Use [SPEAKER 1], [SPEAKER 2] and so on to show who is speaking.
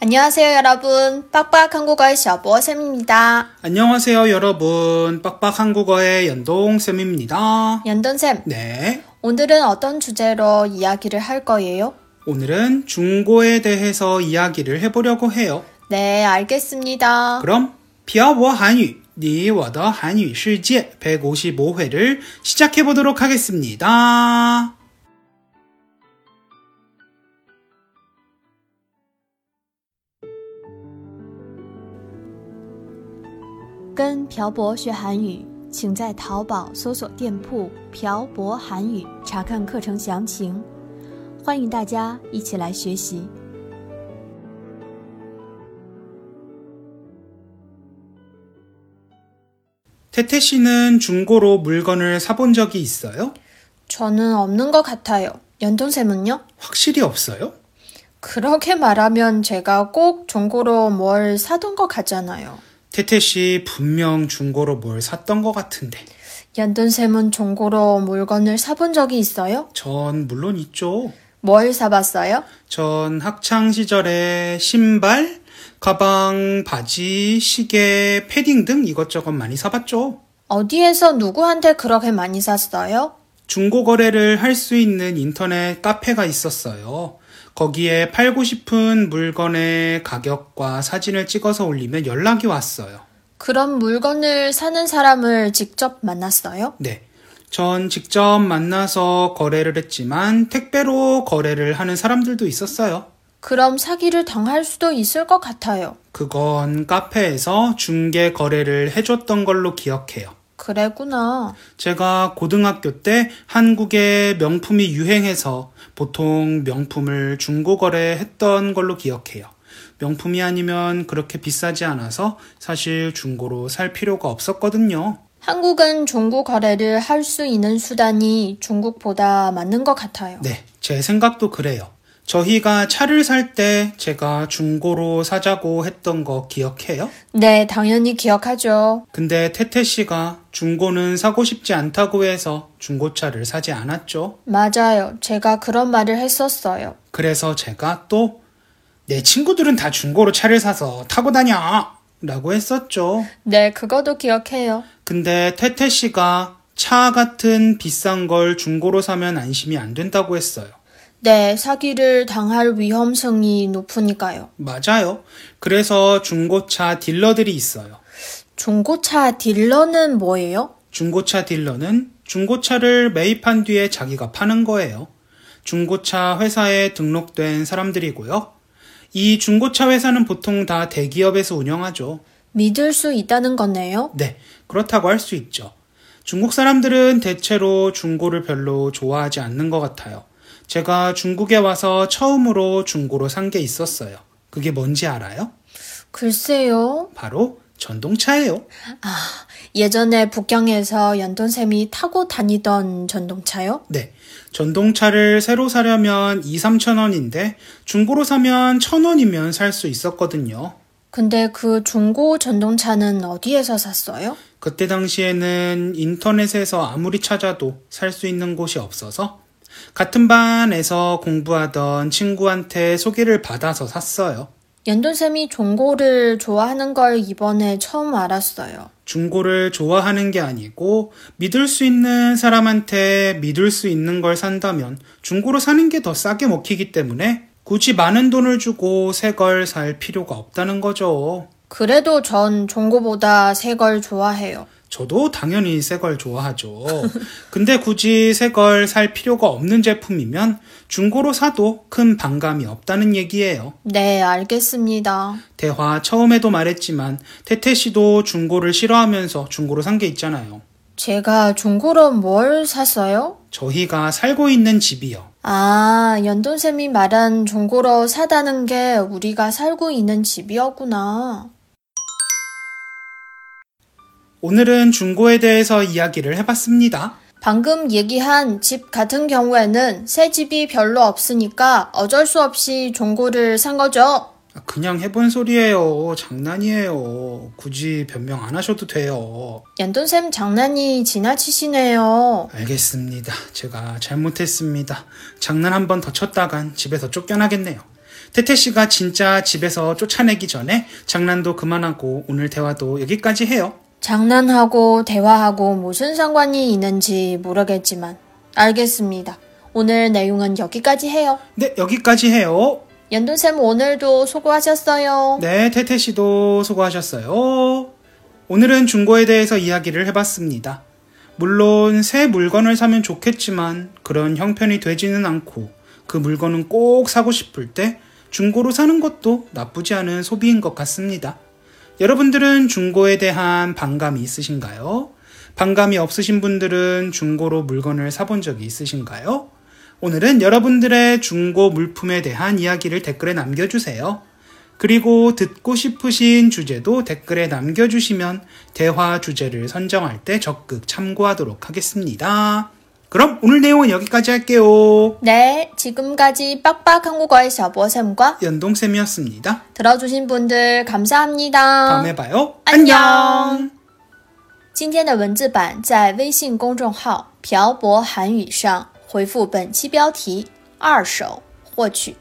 [SPEAKER 1] 안녕하세요, 여러분. 빡빡 한국어의 샤보쌤입니다.
[SPEAKER 2] 안녕하세요, 여러분. 빡빡 한국어의 연동쌤입니다.
[SPEAKER 1] 연돈쌤,
[SPEAKER 2] 네.
[SPEAKER 1] 오늘은 어떤 주제로 이야기를 할 거예요?
[SPEAKER 2] 오늘은 중고에 대해서 이야기를 해보려고 해요.
[SPEAKER 1] 네, 알겠습니다.
[SPEAKER 2] 그럼, 피아워 한유, 니워더 한유 실제 155회를 시작해보도록 하겠습니다.
[SPEAKER 1] 끈 벼보 学韩语请在淘宝搜索店铺“朴博韩语”查看课程详情，欢迎大家一起来学习。
[SPEAKER 2] 태태 씨는 중고로 물건을 사본 적이 있어요?
[SPEAKER 1] 저는 없는 것 같아요. 연돈쌤은요?
[SPEAKER 2] 확실히 없어요?
[SPEAKER 1] 그렇게 말하면 제가 꼭 중고로 뭘 사둔 것 같잖아요.
[SPEAKER 2] 태태 씨 분명 중고로 뭘 샀던 것 같은데.
[SPEAKER 1] 연돈쌤은 중고로 물건을 사본 적이 있어요?
[SPEAKER 2] 전 물론 있죠.
[SPEAKER 1] 뭘 사봤어요?
[SPEAKER 2] 전 학창 시절에 신발, 가방, 바지, 시계, 패딩 등 이것저것 많이 사봤죠.
[SPEAKER 1] 어디에서 누구한테 그렇게 많이 샀어요?
[SPEAKER 2] 중고 거래를 할 수 있는 인터넷 카페가 있었어요. 거기에 팔고 싶은 물건의 가격과 사진을 찍어서 올리면 연락이 왔어요.
[SPEAKER 1] 그런 물건을 사는 사람을 직접 만났어요?
[SPEAKER 2] 네. 전 직접 만나서 거래를 했지만 택배로 거래를 하는 사람들도 있었어요.
[SPEAKER 1] 그럼 사기를 당할 수도 있을 것 같아요.
[SPEAKER 2] 그건 카페에서 중개 거래를 해줬던 걸로 기억해요.
[SPEAKER 1] 그래구나.
[SPEAKER 2] 제가 고등학교 때 한국에 명품이 유행해서 보통 명품을 중고거래했던 걸로 기억해요. 명품이 아니면 그렇게 비싸지 않아서 사실 중고로 살 필요가 없었거든요.
[SPEAKER 1] 한국은 중고 거래를 할 수 있는 수단이 중국보다 맞는 것 같아요.
[SPEAKER 2] 네, 제 생각도 그래요. 저희가 차를 살 때 제가 중고로 사자고 했던 거 기억해요?
[SPEAKER 1] 네, 당연히 기억하죠.
[SPEAKER 2] 근데 태태 씨가 중고는 사고 싶지 않다고 해서 중고차를 사지 않았죠.
[SPEAKER 1] 맞아요. 제가 그런 말을 했었어요.
[SPEAKER 2] 그래서 제가 또 내 친구들은 다 중고로 차를 사서 타고 다녀! 라고 했었죠.
[SPEAKER 1] 네, 그거도 기억해요.
[SPEAKER 2] 근데 태태 씨가 차 같은 비싼 걸 중고로 사면 안심이 안 된다고 했어요.
[SPEAKER 1] 네, 사기를 당할 위험성이 높으니까요.
[SPEAKER 2] 맞아요. 그래서 중고차 딜러들이 있어요.
[SPEAKER 1] 중고차 딜러는 뭐예요?
[SPEAKER 2] 중고차 딜러는 중고차를 매입한 뒤에 자기가 파는 거예요. 중고차 회사에 등록된 사람들이고요. 이 중고차 회사는 보통 다 대기업에서 운영하죠.
[SPEAKER 1] 믿을 수 있다는 거네요.
[SPEAKER 2] 네, 그렇다고 할 수 있죠. 중국 사람들은 대체로 중고를 별로 좋아하지 않는 것 같아요. 제가 중국에 와서 처음으로 중고로 산 게 있었어요. 그게 뭔지 알아요?
[SPEAKER 1] 글쎄요. 아,
[SPEAKER 2] 바로 전동차예요.
[SPEAKER 1] 예전에 북경에서 연돈쌤이 타고 다니던 전동차요?
[SPEAKER 2] 네. 전동차를 새로 사려면 2, 3천 원인데 중고로 사면 천 원이면 살 수 있었거든요.
[SPEAKER 1] 근데 그 중고 전동차는 어디에서 샀어요?
[SPEAKER 2] 그때 당시에는 인터넷에서 아무리 찾아도 살 수 있는 곳이 없어서 같은 반에서 공부하던 친구한테 소개를 받아서 샀어요.
[SPEAKER 1] 연돈쌤이 중고를 좋아하는 걸 이번에 처음 알았어요.
[SPEAKER 2] 중고를 좋아하는 게 아니고 믿을 수 있는 사람한테 믿을 수 있는 걸 산다면 중고로 사는 게 더 싸게 먹히기 때문에 굳이 많은 돈을 주고 새 걸 살 필요가 없다는 거죠.
[SPEAKER 1] 그래도 전 중고보다 새 걸 좋아해요.
[SPEAKER 2] 저도 당연히 새 걸 좋아하죠. 근데 굳이 새 걸 살 필요가 없는 제품이면 중고로 사도 큰 반감이 없다는 얘기예요.
[SPEAKER 1] 네, 알겠습니다.
[SPEAKER 2] 대화 처음에도 말했지만 태태 씨도 중고를 싫어하면서 중고로 산 게 있잖아요.
[SPEAKER 1] 제가 중고로 뭘 샀어요?
[SPEAKER 2] 저희가 살고 있는 집이요.
[SPEAKER 1] 아, 연돈쌤이 말한 중고로 사다는 게 우리가 살고 있는 집이었구나.
[SPEAKER 2] 오늘은 중고에 대해서 이야기를 해봤습니다.
[SPEAKER 1] 방금 얘기한 집 같은 경우에는 새 집이 별로 없으니까 어쩔 수 없이 중고를 산 거죠.
[SPEAKER 2] 아, 그냥 해본 소리예요. 장난이에요. 굳이 변명 안 하셔도 돼요.
[SPEAKER 1] 연돈쌤 장난이 지나치시네요.
[SPEAKER 2] 알겠습니다. 제가 잘못했습니다. 장난 한 번 더 쳤다간 집에서 쫓겨나겠네요. 태태 씨가 진짜 집에서 쫓아내기 전에 장난도 그만하고 오늘 대화도 여기까지 해요.
[SPEAKER 1] 장난하고 대화하고 무슨 상관이 있는지 모르겠지만 알겠습니다. 오늘 내용은 여기까지 해요.
[SPEAKER 2] 네, 여기까지 해요.
[SPEAKER 1] 연돈쌤 오늘도 수고하셨어요.
[SPEAKER 2] 네, 태태 씨도 수고하셨어요. 오늘은 중고에 대해서 이야기를 해봤습니다. 물론 새 물건을 사면 좋겠지만 그런 형편이 되지는 않고 그 물건은 꼭 사고 싶을 때 중고로 사는 것도 나쁘지 않은 소비인 것 같습니다. 여러분들은 중고에 대한 반감이 있으신가요? 반감이 없으신 분들은 중고로 물건을 사본 적이 있으신가요? 오늘은 여러분들의 중고 물품에 대한 이야기를 댓글에 남겨주세요. 그리고 듣고 싶으신 주제도 댓글에 남겨주시면 대화 주제를 선정할 때 적극 참고하도록 하겠습니다. 그럼 오늘 내용은 여기까지 할게요.
[SPEAKER 1] 네, 지금까지 빡빡 한국어의 샤보쌤과
[SPEAKER 2] 연동쌤이었습니다.
[SPEAKER 1] 들어주신 분들 감사합니다.
[SPEAKER 2] 다음에 봐요.
[SPEAKER 1] 어, 안녕.
[SPEAKER 2] 안녕.
[SPEAKER 1] 今天的文字版在微信公众号“漂泊韩语”上回复本期标题“二手”获取。